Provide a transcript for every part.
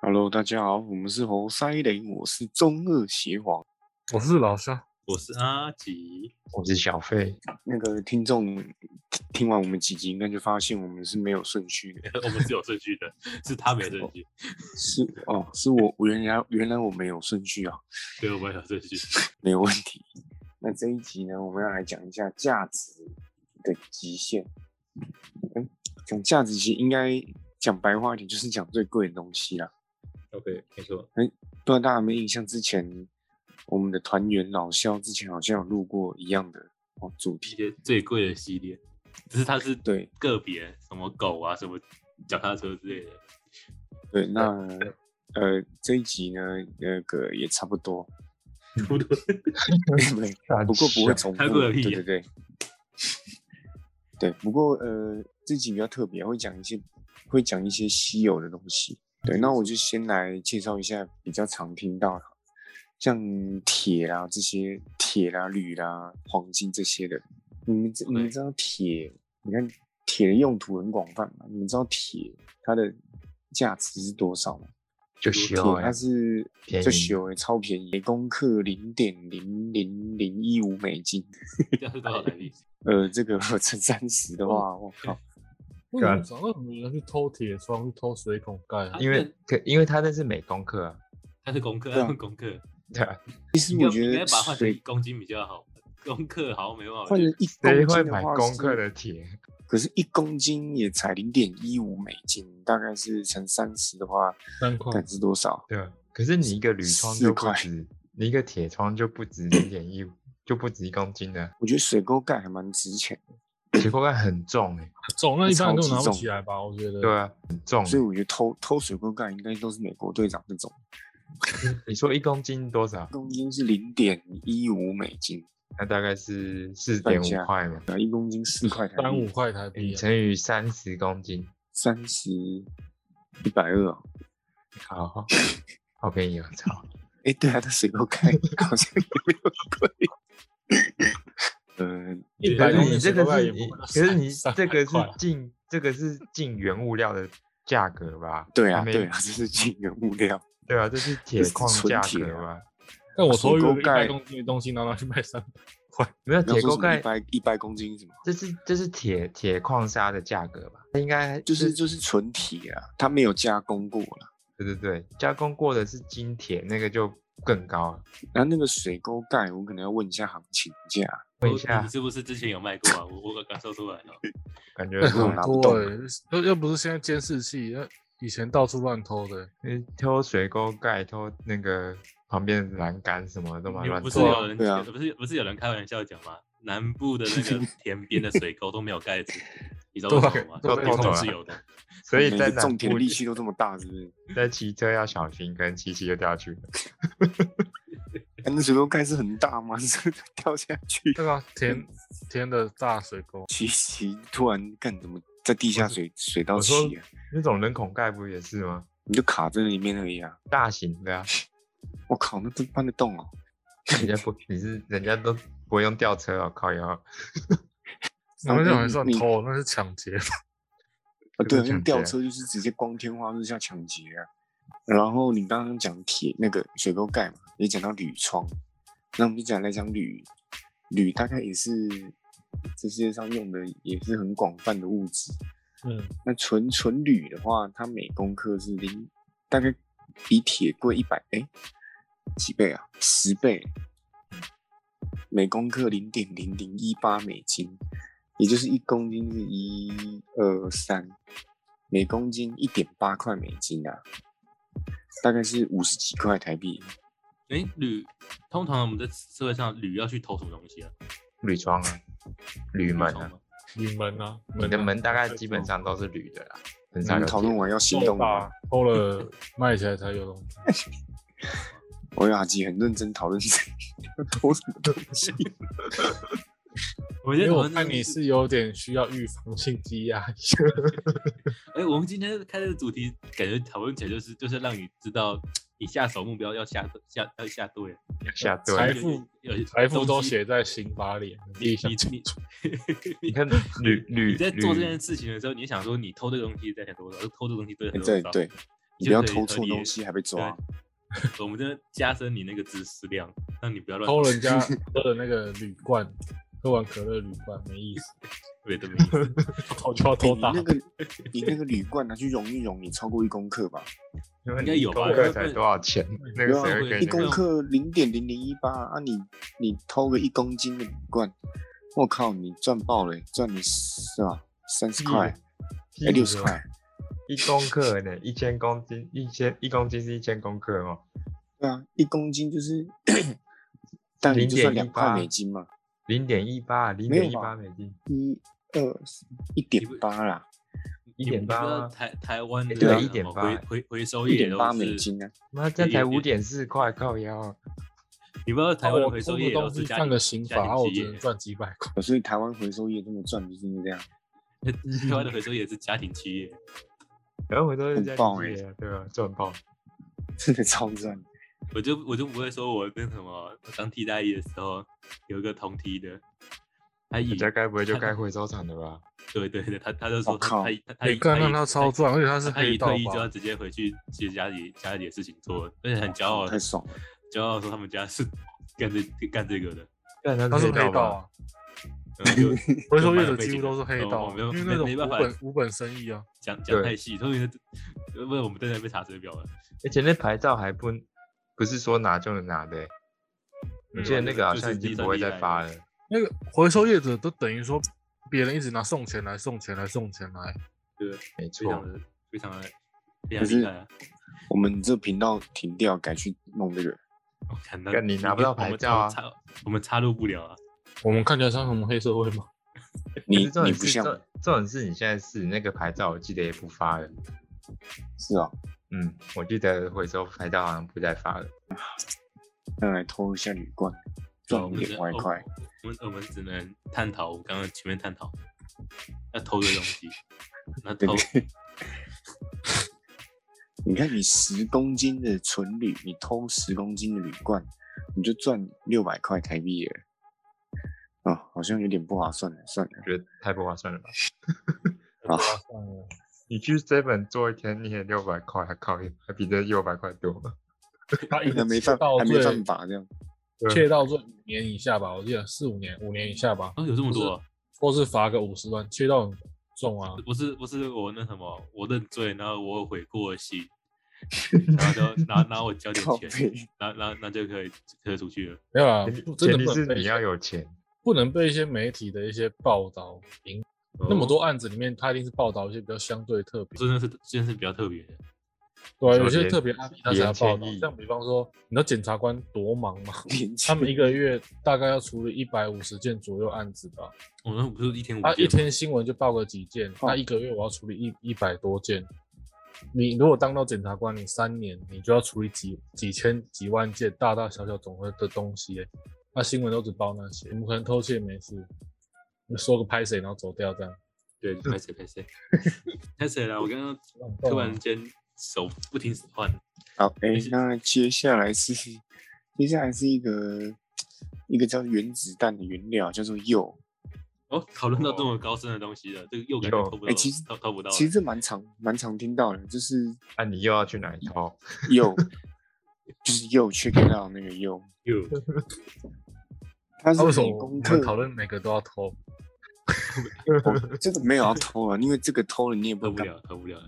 Hello，大家好，我们是侯塞雷，我是中二邪皇。我是老沙，我是阿吉， 我是小费，那个听众听听完我们几集，应该就发现我们是没有顺序的，我们是有顺序的，是他没顺序，是哦，是我我原来原来我没有顺序啊，对，我们有顺序。没有问题。那这一集呢，我们要来讲一下价值的极限。嗯，讲价值其实应该讲白话一点，就是讲最贵的东西啦。 OK，没错，不知道大家有没有印象，之前我们的团员老肖之前好像有录过一样的哦主一题，些最贵的系列，只是它是对个别，什么狗啊，什么脚踏车之类的。对，那呃这一集呢，那个也差不多， 差不多，对，不过不会重复，太过了屁啊对对眼对，对。不过呃，这集比较特别，会讲一些会讲一些稀有的东西。对，那我就先来介绍一下比较常听到的，像铁啦这些，铁啦、铝啦、黄金这些的。你们知你们对知道铁？你看铁的用途很广泛嘛？你们知道铁它的价值是多少吗？就铁修哎它，是便就宜小诶，超便宜，每公克零点零零零一五美金。这样是多少台币？呃，这个乘三十的话，哦我靠，为什么找到什么人去偷铁窗、去偷水桶盖啊？因为可因为他那是美工课啊，它是功课，对啊它是功课。对啊，其实你要我觉你应该得把它换成一水公斤比较好，功课好像没办法换成一谁公会斤的买话，工课，的铁？可是一公斤也才零点一五美金，大概是乘三十的话，三块哦看，是多少？对啊，可是你一个铝窗四就不块止，你一个铁窗就不止零点一，就不止一公斤的，我觉得水沟盖还蛮值钱的，铁锅盖很重哎，总那一般超人都级拿不重起来吧？我觉得。对啊，很重欸所以。我觉得偷偷水沟盖应该都是美国队长那种，你说一公斤多少一？公斤是零点一五美金，那大概是四算一点五下块嘛，啊，一公斤嗯四块台三五币，块台币你啊，乘以三十公斤，三十一百二哦。好，好便宜啊， 操！哎，对啊，它水沟盖好像也没有贵。呃，一可百是公你斤水这个桶盖是也不你，会到可是你三这个是300块啊进这个是进原物料的价格吧？对还啊，没对啊，这是金原物料。对啊，这 是铁是矿纯价铁格啊吧？但我偷一水个沟一盖百公斤的东西，然后拿去卖三百，没有你要铁说锅什么一盖，百一百公斤是什么？这是这是铁铁矿砂的价格吧？应该就是就是纯铁啊，它没有加工过了。对对对，加工过的是金铁，那个就更高了。然后那个水沟盖，我可能要问一下行情价。啊问一我下你，是不是之前有卖过啊？我我感受出来了，感觉嗯是我拿拿不动对，又又不是现在监视器，那以前到处乱偷的。呃偷水沟盖、偷那个旁边的栏杆什么的都蛮你乱不是做啊。有人对啊不是不是有人开玩笑讲吗？南部的那个田边的水沟都没有盖子，你知道为什么吗？对啊都北偷部走是了有的。所以每在个南种田部力气都这么大，是不是？在骑车要小心，可能骑骑就掉下去了。哎那水沟盖是很大吗？ 是掉下去，那个田田的大水沟，奇奇突然干怎么在地下水水到我说起、啊，那种人孔盖不也是吗？你就卡在那里面而已啊！大型的啊，我靠，那真搬得动哦！人家不，你是人家都不会用吊车哦，靠腰。那那种还算你你偷，那是抢劫。啊，就对啊，是用抢吊劫车就是直接光天化日下抢劫啊。然后你刚刚讲铁那个水沟盖嘛，也讲到铝窗，那我们就讲来讲铝，铝大概也是这世界上用的也是很广泛的物质。嗯，那纯纯铝的话，它每公克是零，大概比铁贵一百哎几倍啊？十倍，每公克零点零零一八美金，也就是一公斤是一二三，每公斤一点八块美金啊，大概是五十几块台币。哎，铝通常我们在社会上铝要去偷什么东西啊？铝窗啊，铝门冲啊，吗？你门啊，你的啊门大概基本上都是铝的啦，很你少有们讨论铁完要行够动了啊大吗？，偷了卖起来才有东西。我雅集很认真讨论这个要偷什么东西。我因为觉得我看你是有点需要预防性积压。哎、我们今天开这个主题，感觉讨论起来就是就是让你知道你下手目标要下下要下 对，的下财对。富有有财富都东西写在刑法里，你你想你清你楚。 你看铝你铝在做这铝件事情的时候，你想说你偷这个东西在想多少，偷这个东西对很 对多少，对，你就不要可以偷合错理东西还被抓，哎对，我们真的加深你那个知识量，让你不要乱偷人家喝的那个铝罐，喝完可乐铝罐没意 思，对的名字。 偷哦就要哎偷你大。那个你那个铝罐拿去溶一溶，你超过一公克吧？因为应该你有一吧公因克为才会多少钱？那对个啊谁会会给一你那个公克零点零零一八啊你，你偷个一公斤的铝罐，我靠，你赚爆了，欸赚你是吧？三十块，屁哎，股六十块，一公克呢？一千公斤，一千一公斤是一千公克哦吗？对啊，一公斤就是， 但你就算两块0.18美金嘛，零点一八，零没点一有吧八美金，一二一点八啦，一你点不知道八，台台湾的哎对啊那个1.8回回回收一业点都八是美，金啊，妈这样也才也五点四块，靠腰啊！你不知道台湾的我回哦偷收个业东都是西家犯庭个刑家法，然啊哦后我庭企只业能，赚几百块。哦所以台湾回收业这么赚就是因为这样， 台湾的回收业是家庭企业，然后我都是很这样棒理欸解啊，对吧？赚爆！真的超赚。我就我就不会说我跟什么我当替代役的时候有一个同梯的，他以人家该不会就看该回收厂的吧？对对对，他他就说我他靠他他他你一看一让他超赚，而且他是他黑一道退役就要吧？直接回去接家里家里的事情做，而且很骄傲，哦太爽了！骄傲说他们家是 干这干这个的。干他他是黑黑道吧？啊，然后就回收业者几乎都是黑道我啊，没有因为那没没种办无法本无本生意啊。讲讲对太细，所以呢不然我们真的被查水表了。嗯而且那哎牌照还不不是说拿就能拿的欸，我嗯记得那个好就是像已经第三不会例再来发的了。那个回收业者都等于说，别人一直拿送钱来送钱来送钱来，对，非没常错，的非常的非常可是厉害啊。我们这频道停掉，改去弄这个。我看到干你拿不到牌照啊我们插我们插入不了啊。我们看起来像什么黑社会吗？你可是重你点不是像重重点是你现在是那个牌照，我记得也不发了。是啊，嗯，我记得回收牌照好像不再发了。那来偷一下铝罐，对赚啊我一们哦只点外快。我们我们只能探讨我们刚刚前面探讨要偷的东西，那对偷不对？你看，你十公斤的纯铝，你偷十公斤的铝罐，你就赚六百块台币了。啊、好像有点不划算了，算了我。觉得太不划算了吧？啊 你去 seven 做一天，你也六百块，还靠一还比这六百块多。 他一还个没窃犯，盗还没犯罪，法这样。对窃盗罪五年以下吧，我记得四五年，五年以下吧，哦有这么多啊，或是罚个五十万，窃盗很重啊。不是不是我那什么，我认罪，然后我有悔过的心，然后就拿拿我交点靠钱，背，那那那就可以可以出去了。没有哦啦，前提不真前的提不是能被你要有钱。不能被一些媒体的一些报道影。哦那么多案子里面，他一定是报道一些比较相对特别，真的是真的是比较特别的。对啊，说有些连特别案例他才要报连道千亿。像比方说，你知道检察官多忙 吗？年他轻们一个月大概要处理一百五十件左右案子吧，我那不是一天五他啊一件吗，天新闻就报个几件，哦他一个月我要处理一一百多件。你如果当到检察官，你三年你就要处理几几千几万件大大小小总会的东西耶、那新闻都只报那些，我们可能偷窃没事，说个拍谁然后走掉这样。对，拍谁拍谁，拍谁啦！我刚刚很棒啊突然间手不听使唤，好，哎、那接下来是接下来是一个一个叫原子弹的原料，叫做铀。哦，讨论到这么高深的东西了，这个又感觉有偷不哎到，其实偷偷不到了。其实这蛮常蛮常听到的，就是那、啊你又要去嗯哪里偷？铀，就是铀 check it out 那个铀，又它啊那为是什么每我公们讨克。论每个都要偷？这个没有要偷啊，因为这个偷了你也不 偷能不干，了，偷不 了。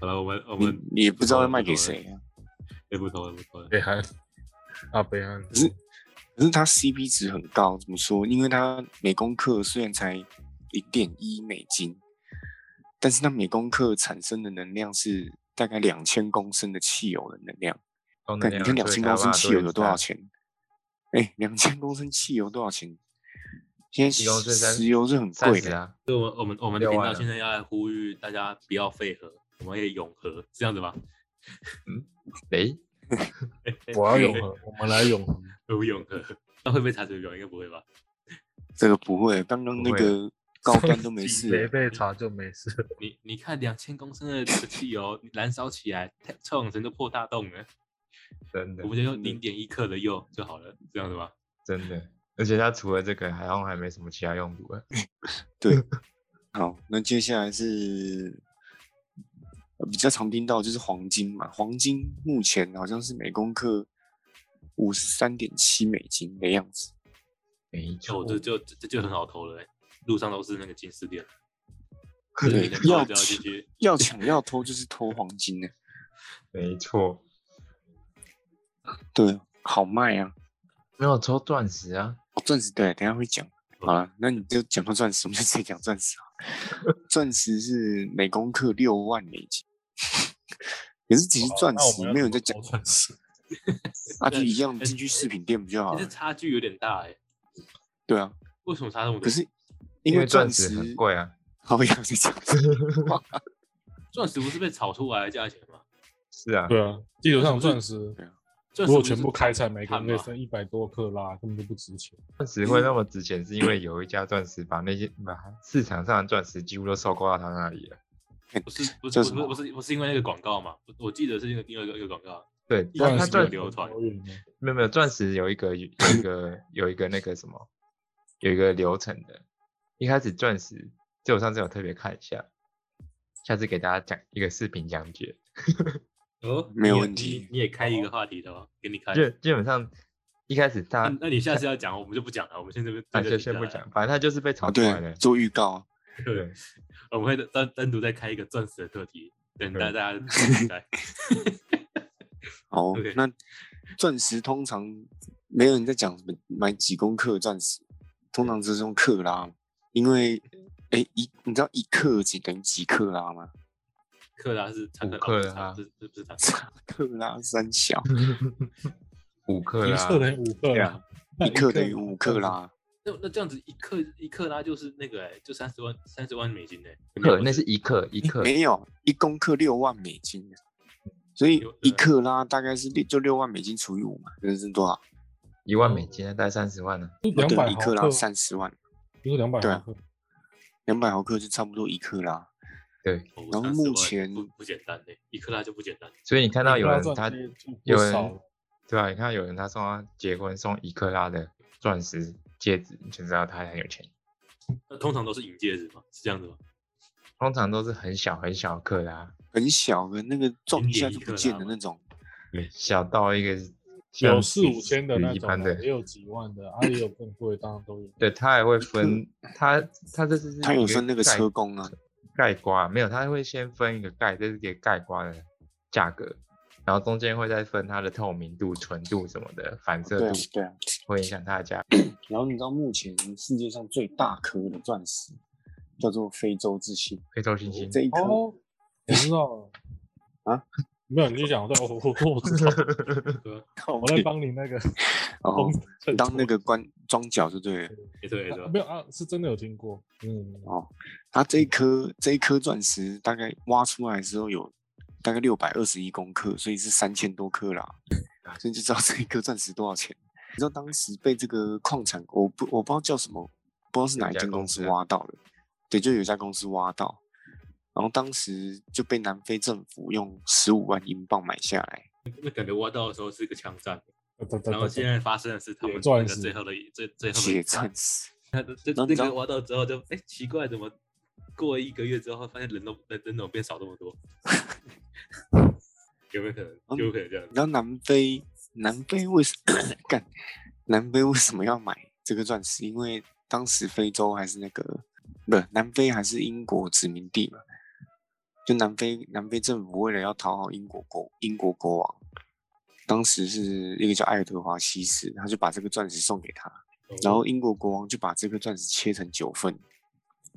好了，我们我你们你也不知道要卖给谁啊。也不偷了，不偷了。北韩啊，北韩嗯可是它 CP 值很高，怎么说？因为它每公克虽然才零点一美金，但是它每公克产生的能量是大概两千公升的汽油的能量。偷那看，你辆看两最千大公升坝汽多油远有是多啊少？钱？哎，两千公升汽油多少钱？现在一公升三石油是很三贵十的，啊，所以，我们我们我们的六频万道了现在要来呼吁大家不要废核，我们也永和，是这样子吗？诶、我要永 和，我们来永和。不永和，那会被查水表？应该不会吧？这个不会。刚刚那不会啊个高端都没事没了，被查就没事。你你看，两千公升的这个汽油燃烧起来，太臭氧层都破大洞了。真的我们就用零点一克的铀就好了，这样子吧。真的。而且它除了这个，好像还没什么其他用途了。对，好，那接下来是呃比较常听到就是黄金嘛，黄金目前好像是每公克五十三点七美金的样子。没就哦错，哦这就这这就很好投了、欸，路上都是那个金丝店，对就是你能要投就要进去。要抢要偷就是偷黄金呢、没错，对，好卖啊。没有抽钻石啊，哦钻石对，等一下会讲。好了，那你就讲到钻石，我们就直接讲钻石啊。钻石是每公克六万美金，可是只是好钻那我石们，要没有人在怎讲么投钻石。啊，就一样哎进去饰品店不就好其实了？差距有点大哎、对啊，为什么差那么多？可是因为钻钻石很贵啊。好像在讲，钻石不是被炒出来的价钱吗？是啊，对啊，地球上钻石对啊钻如石果不是全部开采，每个碳人可以吗分一百多克拉，根本就不值钱。钻石会那么值钱，是因为有一家钻石把那些把市场上的钻石几乎都收购到他那里了。不是不是叫什不是不是么不是不是因为那个广告嘛？我我记得是因为因为一个一个广告，对，一但般他是钻没有流传多远呢没有没有钻石有一个有一个有一个那个什么，有一个流程的。一开始钻石，这我上次有特别看一下，下次给大家讲一个视频讲解。哦，没有你也问题你你也开一个话题的哦，给你开。就基本上一开始那他那你下次要讲，我们就不讲了，我们现在这边啊这先个先停不下来讲，反正他就是被炒啊，出来对的啊，。做预告啊，对，我们会单单独再开一个钻石的特题，等对大家 期待。好哦 OK 那钻石通常没有人在讲什么买几公克的钻石，通常就是用克拉，因为哎、一你知道一克几等于几克拉吗？克拉是查五克克啊拉，拉不是不是不是查 查克克拉三小，五克一拉克，等于五克对拉啊，那一克等于五克钻石。拉，那那这样子一克一克拉就是那个哎、就三十万三十万美金哎、克那是一克一克，没有一公克六万美金，啊所以有一对克拉大概是六就六万美金除以五嘛，就是多少？一万美金，大概三十万呢。两啊对，百一毫克拉克，三十万，不是两百对毫啊克，两百毫克就差不多一克拉。对，哦然后30万目前不不简单哎、一克拉就不简单。所以你看到一有克拉人钻他石就不有少人了对啊，你看到有人他送他结婚送一克拉的钻石戒指，你就知道他很有钱。那通常都是银戒指嘛，是这样子吗？通常都是很小很小的克拉，很小的那个撞一下就不见的那种，对，小到一个有像四比五千的那比一种般的的，也。有几万的，啊，也有更贵，当然都有。对，他还会分，他他这是它一有分那个盖车工啊，盖瓜，没有，他会先分一个盖，这是给盖瓜的价格，然后中间会再分它的透明度、纯度什么的，反射对啊度对啊。会影响它的价格。然后你知道目前世界上最大颗的钻石叫做非洲之星，非洲星星，这一颗、哦，我知道了。啊？没有，你就讲，我在我我我知道，对啊，靠我在帮你那 个然后衬哦当那托个关装脚就对了。也对也对啊。没有啊，是真的有听过，嗯，哦，它这一嗯颗这一颗钻石大概挖出来之后有大概六百二十一公克，所以是三千多克 啦，所以就知道这一颗钻石多少钱。你知道当时被这个矿产，我不我不知道叫什么，不知道是哪一有一间家公公司司啊挖到的，对，就有一家公司挖到，然后当时就被南非政府用十五万英镑买下来。那感觉挖到的时候是一个枪战，然然后现在发生的是他们铁钻那个石最后的一最最后的铁一钻石，那那 这然后你那知道个挖到之后就哎、奇怪，怎么过了一个月之后发现人都人人怎么变少这么多？ 有没有可能？有没有可能这样你知子？道南非南非为什 干？南非为什么要买这个钻石？因为当时非洲还是那个不，南非还是英国殖民地嘛。就南非南非政府为了要讨好英国国英国国王，当时是一个叫爱德华七世，他就把这个钻石送给他，然哦后英国国王就把这颗钻石切成九份，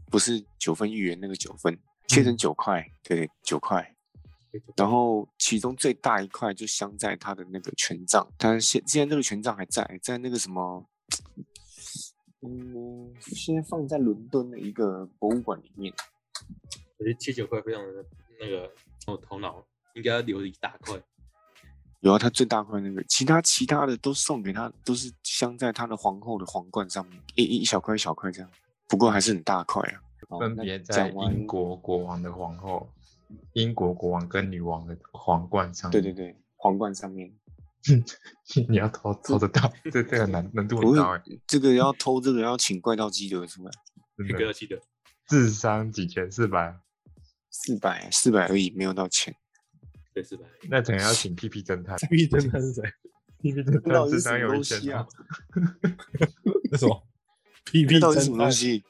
不是九份芋圆那个九份，切成九块，对，九块。然后其中最大一块就镶在他的那个权杖，他现现在那个权杖还在，在那个什么，嗯，现在放在伦敦的一个博物馆里面。我觉得切九块非常的那个我头脑应该要留一大块，嗯有啊，他最大块那个，其他其他的都送给他，都是镶在他的皇后的皇冠上面，一一一小块一小块这样。不过还是很大块啊。好分那别在讲完英国国王的皇后、英国国王跟女王的皇冠上。对对，对，皇冠上面。 你要偷偷得到，这这个难难度不很会高哎，这个要偷，这个要请怪盗基德出来。真那个的。要记得。智商几千四百，四百四百而已，没有到钱。对，是吧？那可能要请屁屁侦探，屁屁侦探是谁？屁 屁 这侦到探底是智什商么有一东千哦西吗啊？？那什么？屁屁这到底是什侦么探东？西？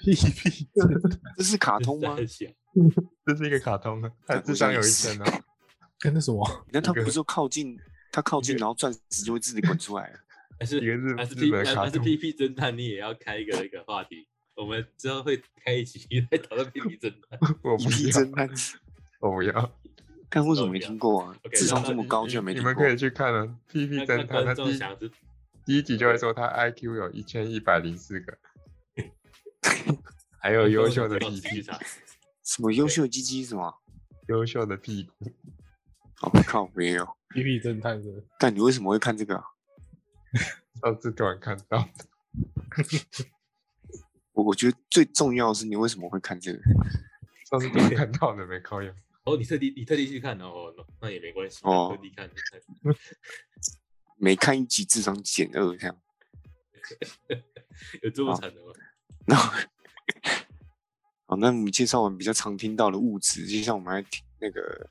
屁屁侦探，这是 卡通吗？很小，这是一个卡通啊，他智商有一千哦。跟那什么？那它一个不是靠近，它靠近，然后钻石就会自己滚出来了。啊还是一个日还是日 P 本的卡还是通 P P 侦探，你也要开一个那个话题。我们之后会开一集来讨论 P P 侦 探。我不一屁要，侦探，我不要。看为什么都没一样听过啊？ OK，智商那这么高居然没你听们过可？以去看了《P P 那侦那探》，观他第众一想知第一集就会说他 I Q 有一千一百零 四个，还有优秀的屁屁屁，啥？什么优秀的鸡鸡是吗？优秀的屁股。哦，靠，没有。屁屁侦探是不是但你为什么会看这个啊？上次突然看到，我我觉得最重要的是你为什么会看这个？上次突然看到的没考验。哦，你特地你特地去看哦，那那也没关系，哦特地看。每看一集智商减二这样。有这么好惨的吗？那好，哦那我们介绍完比较常听到的物质，接下来我们来听那个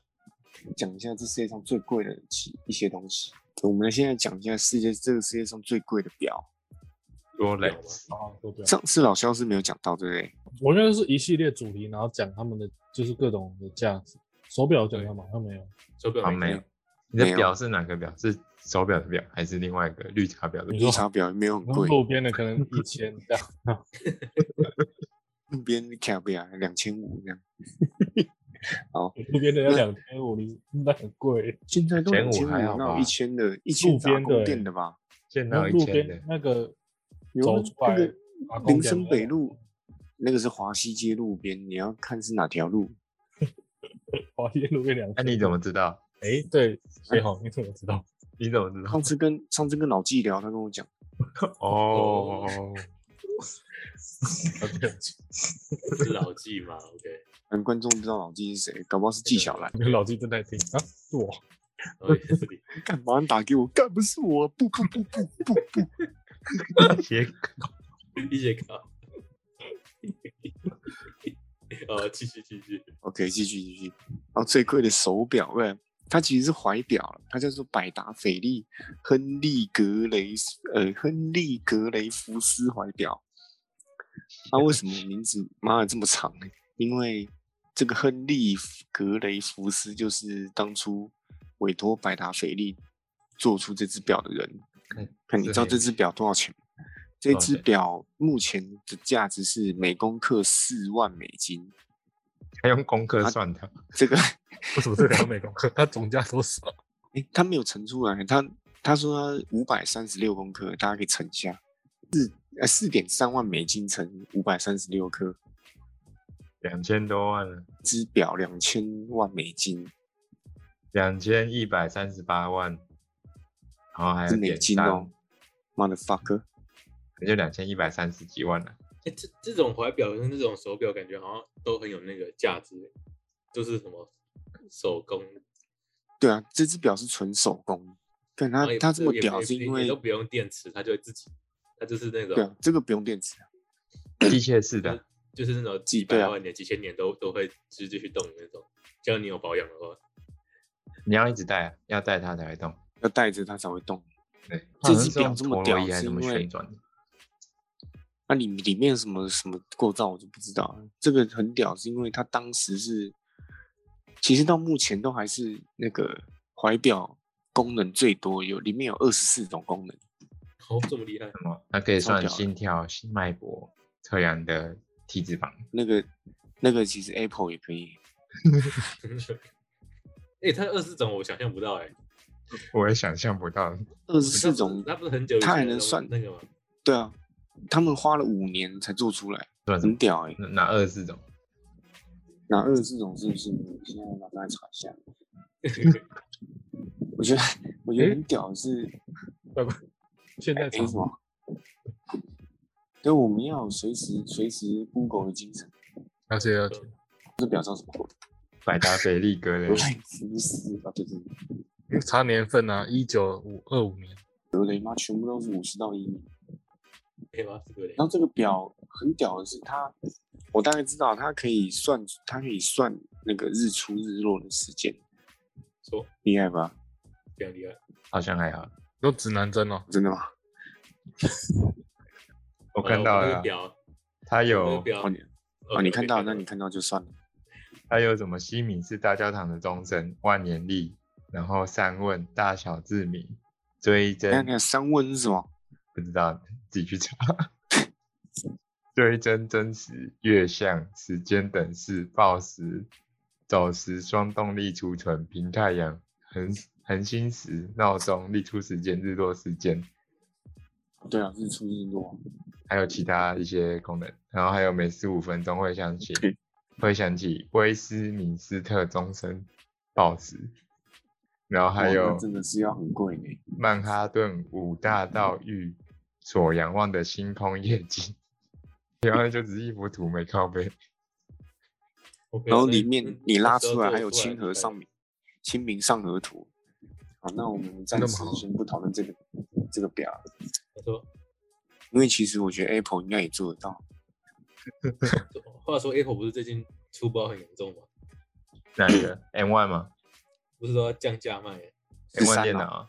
讲一下这世界上最贵的其一些东西。我们现在讲一下世界这个世界上最贵的表。多有累吗，啊，都不要。上次老肖是没有讲到，对不对？我应该是一系列主题，然后讲他们的就是各种的价值。手表有讲到吗？他没有。手表啊没没看有。你的没有表是哪个表？是手表的表，还是另外一个绿茶婊的你说表？绿茶婊也没有很啊然后贵，路边的可能一 千这样。路边卡比亚两千五这样。路边的要两千五，你那很贵。现在都前两五千五，还好那有吧一千的，一千杂边的工欸店的吧？现在然后有一路千的边，那个有走啊出那来个，打工林讲森的北路那个是华西街路边，你要看是哪条 路。华街路边两那、你怎么知道？哎，对，谁好？你怎么知道？你怎么知道上？次跟上次跟老纪聊，他跟我讲，哦， 啊对不起是老纪嘛？OK， 嗯，观众不知道老纪是谁，搞不好是纪晓岚。你们老纪正在听啊，是我。然哦后也是你。干嘛打给我？干不是我，不不不不不不。写一节课。 哦，继续继续。 OK，继续继续。然后最贵的手表，喂，它其实是怀表了，它叫做百达翡丽亨利格雷斯呃亨利格雷夫斯怀表。它为什么名字妈的这么长呢？因为这个亨利格雷福斯就是当初委托百达翡丽做出这只表的人。看你知道这只表多少钱吗？这嗯多少只钱表目前的价值是每公克四万美金。还用功啊课算的？这个为什么这两美工科？它总价多少？诶，他没有乘出来，他他说他五百三十六公克，大家可以乘一下，四呃四点三万美金乘五百三十六克，两千多万了，只表两千万美金两千一百三十八万，然后还有是美点金单哦，，motherfucker，也就两千一百三十几万了。哎、这这种怀表跟这种手表，感觉好像都很有那个价值，就是什么手工，对啊，这只表是纯手工，但然他后也他不这么哎也屌也是因也为都不用电池，它就会自己，它就是那对种，啊，这个不用电池啊，机械式嗯的，就是那种几几百对啊万年、几千年都都会继续去动的那种。只要你有保养的话，你要一直戴啊，要戴它才会动。要带着它才会动。对，这好像只是表用这么陀屌螺仪还是是怎么因为旋转的？那里里面什么什么构造我就不知道了。这个很屌，是因为它当时是，其实到目前都还是那个怀表功能最多，有里面有二十四种功能。哦，这么厉害，什么？它可以超算屌的心跳、心脉搏、测量的体脂肪。那个那个其实 Apple 也可以，哎、它二十种我想象不到哎、我也想象不到，二十四种，那不是很久以前它还的能东算那 个吗？对啊，他们花了五年才做出来，算什很么？屌哎、哪哪二十四种？哪二十四种是不是？我现在马上来查一下。我觉得我觉得很屌的是，现在没什么。所以我们要有随时随时 Google 的精神。而且要听这表叫什么？ 百达翡丽格 雷格雷福斯啊，对对对，查年份啊，一九五二五年。格雷妈全部都是五十到一米。可以吗？是不是有点然后这个表很屌的是，它我大概知道它可以算，它可以算那个日出日落的时间，说厉害吧？非常厉害。好像还好。有指南针哦，真的吗？ 我我看到了啊，表，它有表哦，你哦，你看到，那你看到就算了。它有什么西米是大教堂的钟声、万年历，然后三问、大小字谜、追那真，那三问是什么？不知道 自己去查。追真真实、月相、时间等式、报时、走时、双动力储存、平太阳、恒恒星时、闹钟、日出时间、日落时间，对啊，日出日落。还有其他一些功能，然后还有每十五分钟会响起嗯，会响起威斯敏斯特钟声报时，然后还哇那有真的是要很贵呢。曼哈顿五大道域所仰望的星空夜景，然后就只是一幅图没靠背， OK，然后那里面那你拉那时候出来嗯做还有出清河上明、清明上河图。好，那我们暂那么时好先不讨论这个这个表，我说，因为其实我觉得 Apple 应该也做得到。话说 Apple 不是最近出包很严重吗？哪一个 M One 吗不是说要降价卖，13？M One 啊电脑啊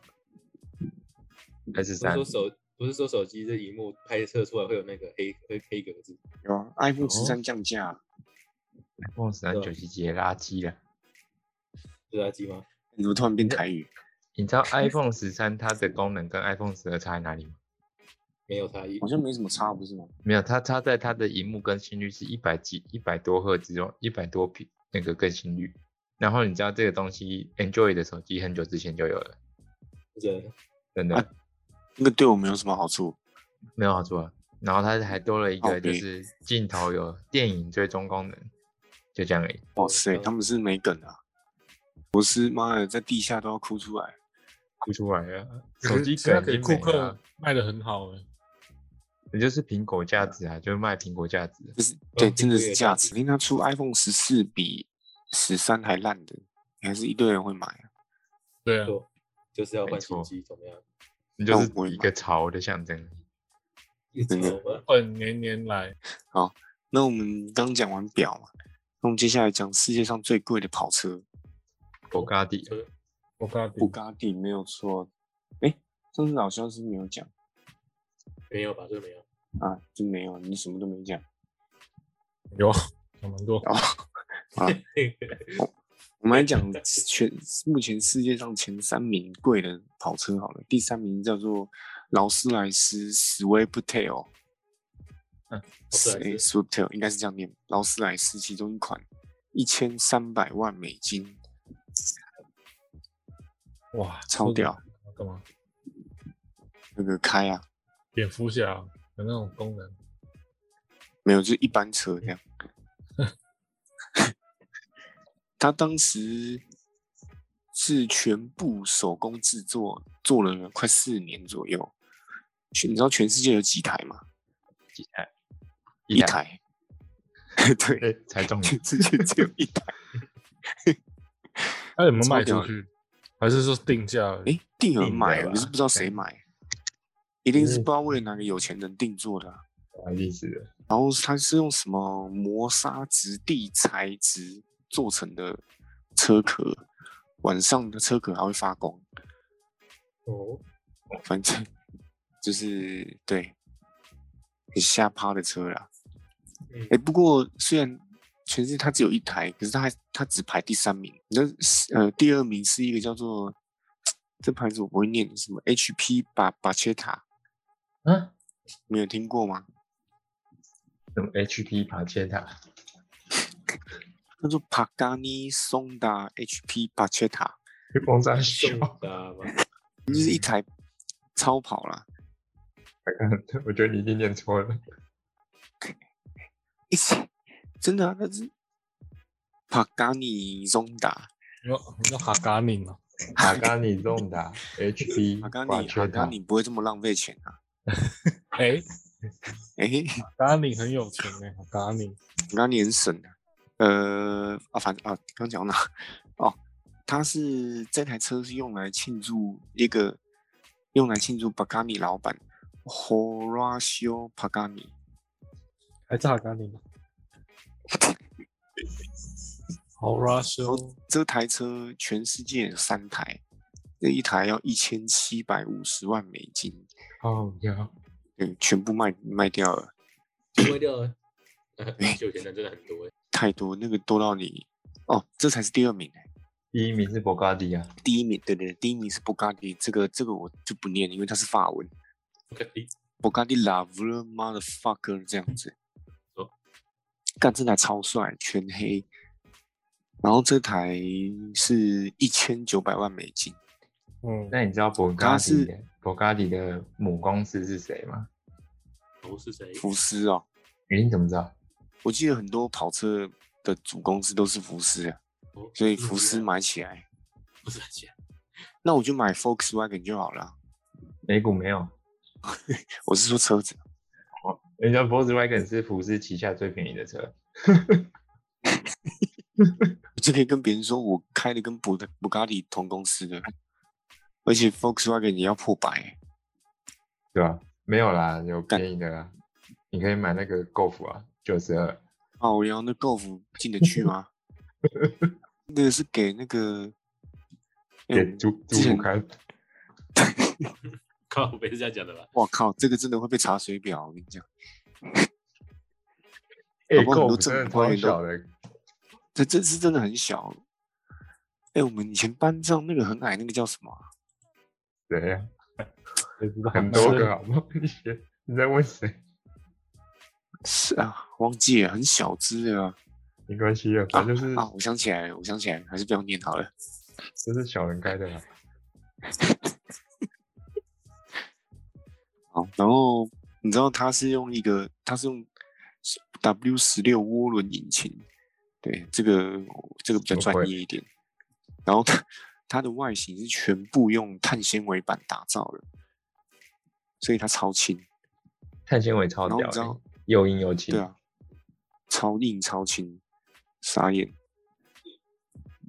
还是不是三说？手不是说手机这荧幕拍摄出来会有那个黑黑黑格子，有啊，iPhone 十哦三降价啊，梦十三九七几垃圾了。是垃圾吗？你怎么突然变台语？你知道 iPhone 十三它的功能跟 iPhone 十二差在哪里吗？没有差异好，像没什么差，不是吗？没有，它它在它的荧幕更新率是一百几、一百多赫兹哦，一百多匹那个更新率。然后你知道这个东西，Android 的手机很久之前就有了，真的真的、啊那个对我们有什么好处？没有好处啊。然后它还多了一靠个，就背是镜头有电影追踪功能，就这样而已。哇塞，他们是没梗啊！我是妈的，在地下都要哭出来。哭出来了，手机其实它梗给已库经没了克啊，卖的很好哎，也就是苹果价值啊，就是卖苹果价值。就是嗯对，苹真的果也是有价价值。值听他出 iPhone 十四比十三还烂的，还是一堆人会买啊。对啊，错，就是要没换新错机怎么样？你就那是我不会一买个潮的象征。一直真的走吧，本年年来那我们刚讲完表嘛，那我们接下来讲世界上最贵的跑车我嘎地车我跟他比布，g 迪，没有错。哎、上次老肖是没有讲没有吧？这个没有，啊，就没有，你什么都没讲。哦有有蛮多，我们来讲全目前世界上前三名贵的跑车好了，第三名叫做劳斯莱斯 Swiftail，嗯斯莱诶斯，Swiftail 应该是这样念，劳斯莱斯其中一款一千三百万美金，哇，超屌，干嘛？那个开啊，蝙蝠侠有那种功能，没有，就是一般车 这样。他当时是全部手工制作，做了快四年左右。全你知道全世界有几台吗？几台？一台，台。 对，哎，才中了。全世界只有一台。他有没有超卖屌出的去？还是说定价而诶，已？哎定有人买定啊，的吧可是不知道谁买，一定是不知道为了哪个有钱人定做的啊、一定是的，然后它是用什么磨砂质地材质做成的车壳，晚上的车壳还会发光， 哦，反正就是对，很下趴的车啦。嗯哎、，不过虽然全世界它只有一台，可是它还它只排第三名。那呃，第二名是一个叫做这牌子我不会念，什么 HP 巴巴切塔，嗯，没有听过吗？什么 HP 爬切塔，叫做帕嘎尼松达 HP 巴切塔，轰炸小，重大吗？就是一台超跑啦，我觉得你一定念错了。一起真的啊，那是帕嘎尼松达，有有哈嘎宁哦嘛？塔嘎尼重达 HP 帕嘎爬尼帕切嘎塔，尼不会这么浪费钱啊。哎，哎、哈嘎宁很有钱哎，哈嘎宁，我刚刚很省的，呃啊，反正啊，刚讲到哪？ 哦，它是这台车是用来庆祝一个，用来庆祝 Pagani 老板 Horacio Pagani，还是哈嘎宁吗？好 r u s s 这台车全世界有三台，这一台要一千七百五十万美金，哦呀，嗯，全部卖卖掉了，歪掉了。啊有钱人真的很多哎，太多那个多到你哦，这才是第二名欸第一名是 Bugatti 啊，第一名对对，对第一名是 Bugatti，这个这个我就不念，因为它是法文不可以。 ，Bugatti La v l e motherfucker 这样子哦。干这台超帅，全黑，然后这台是一千九百万美金，嗯，那你知道它 Bugatti 是的 Bugatti 的母公司是谁吗？头是谁？福斯哦，诶你怎么知道？我记得很多跑车的主公司都是福斯啊，哦所以不是福斯啊买起来，不是很钱，那我就买 Volkswagen 就好了。啊美股没有，我是说车子，人家 Volkswagen 是福斯旗下最便宜的车，我就可以跟别人说我开的跟布布加迪同公司的，而且 Volkswagen 也要破百欸、对吧、没有啦，有干便宜的啦，你可以买那个 Golf 啊，九十二，啊，我聊那 golf 进得去吗？ 那个是给那个，哎给租之租前 不开， 靠，不是这样讲的吧？我靠，这个真的会被查水表，我跟你讲，哎搞不好很多，Golf 政真的府官超员都小的，这这是真的很小。哎、我们以前班上那个很矮，那个叫什么啊？谁呀？谁知道啊很多个好吗？你学你在问谁？是啊，忘记了，很小只的啊。没关系啊，反正就是啊，我想起来了，我想起来了，还是不要念好了。就是小人开的啦。好，然后你知道它是用一个，它是用 W 十六涡轮引擎，对，这个这个比较我专会业一点。然后它它的外形是全部用碳纤维板打造的，所以它超轻，碳纤维超然后屌你知欸道，又硬又轻。对啊，超硬超轻，傻眼。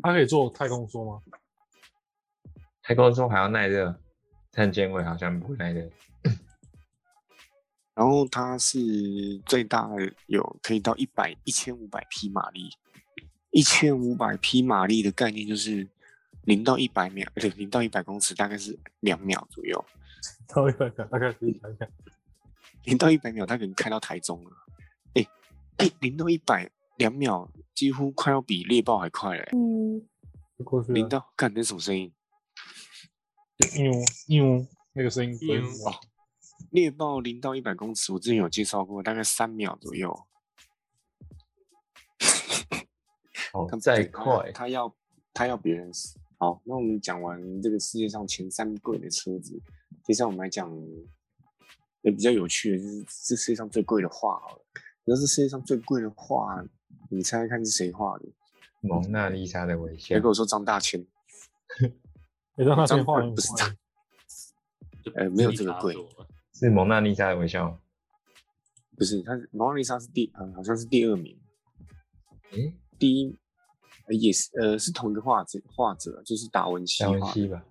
他可以做太空梭吗？ 太空中还要耐热，碳纤维好像不耐热。然后它是最大的有可以到一百一千五百匹马力，一千五百匹马力的概念就是零到一百秒，而且零到一百公尺大概是两秒左右，稍微看看，大概可以看看。零到一百秒它可能开到台中了，哎哎，零到一百两秒几乎快要比猎豹还快了、欸，就过去零了，到干那什么声音？因为因为那个声音不会嗯哇，猎豹零到一百公尺，我之前有介绍过，大概三秒左右，哦他，再对他要快，他要他要别人死。好，那我们讲完这个世界上前三贵的车子，接下来我们来讲，也比较有趣的就是这世界上最贵的画好了。你知道这世界上最贵的画，你猜猜看是谁画的？啊蒙娜丽莎的微别笑跟。我说张大千，你让他张先画一不是画张，呃没有这个贵是蒙娜丽莎的微笑吗。不是他是，蒙娜丽莎是第，呃，好像是第二名，诶，第一，呃也是呃是同一个画者画者，就是达文西达文画的。 西吧？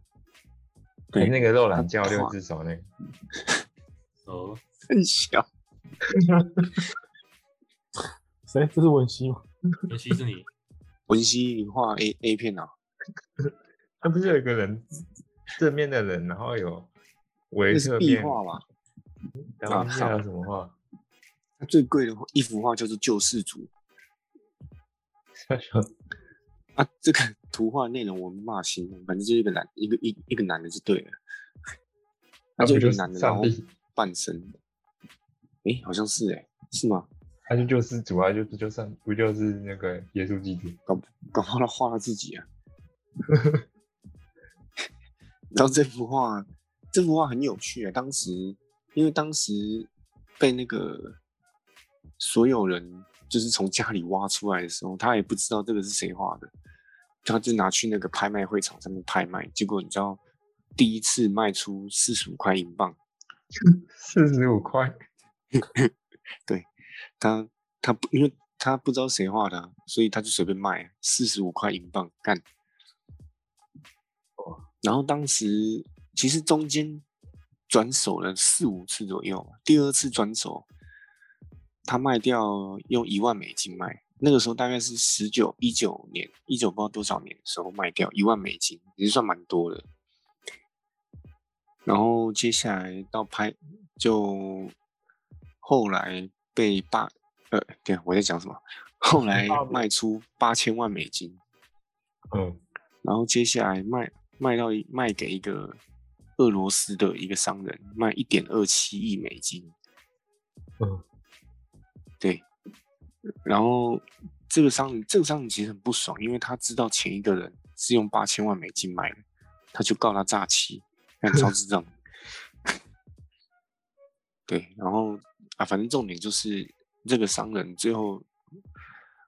对诶那个肉懒觉他六画只手那个，哦，很小，谁？这是文熙吗？尤其是你，文西你画 A A 片啊，他不是有一个人正面的人，然后有那围是侧壁面。画吧？达文西还有什么画？它最贵的一幅画叫做《救世主》啊，这个 图画内容我没办法形容，反正就是一个男一个一一个男的就对了，他他不就一就个是男的，然上后帝？半身，诶、好像是诶、是吗？他就救世主啊，就不就上不就是那个耶稣基督？搞不好他画他自己啊。然后这幅画，这幅画很有趣啊。当时因为当时被那个所有人就是从家里挖出来的时候，他也不知道这个是谁画的，他就拿去那个拍卖会场上面拍卖。结果你知道，第一次卖出四十五块英镑， 四十五块，他他不因为他不知道谁画的啊、所以他就随便卖四十五块英镑干。然后当时其实中间转手了四五次左右吧，第二次转手他卖掉用一万美金卖，那个时候大概是十九一九年，一九不知道多少年的时候卖掉一万美金，也是算蛮多的。然后接下来到拍就后来被霸呃，对，我在讲什么？后来霸凌卖出八千万美金，嗯，然后接下来卖卖到一卖给一个俄罗斯的一个商人，卖一点二七亿美金。嗯，对。然后这个商人，这个商人其实很不爽，因为他知道前一个人是用八千万美金买的，他就告他诈欺，那超智障。对，然后啊，反正重点就是这个商人最后，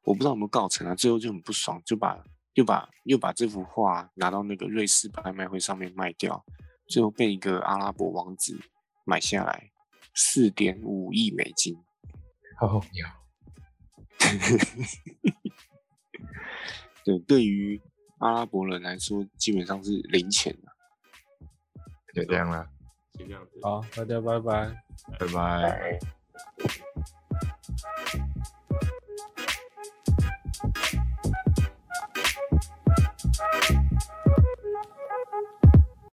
我不知道有没有告成啊，最后就很不爽，就把又把又把这幅画拿到那个瑞士拍卖会上面卖掉，最后被一个阿拉伯王子买下来，四点五亿美金。好鸟，对，对于阿拉伯人来说，基本上是零钱的、就这样啦，就这样子。好，大家拜拜。拜拜。哎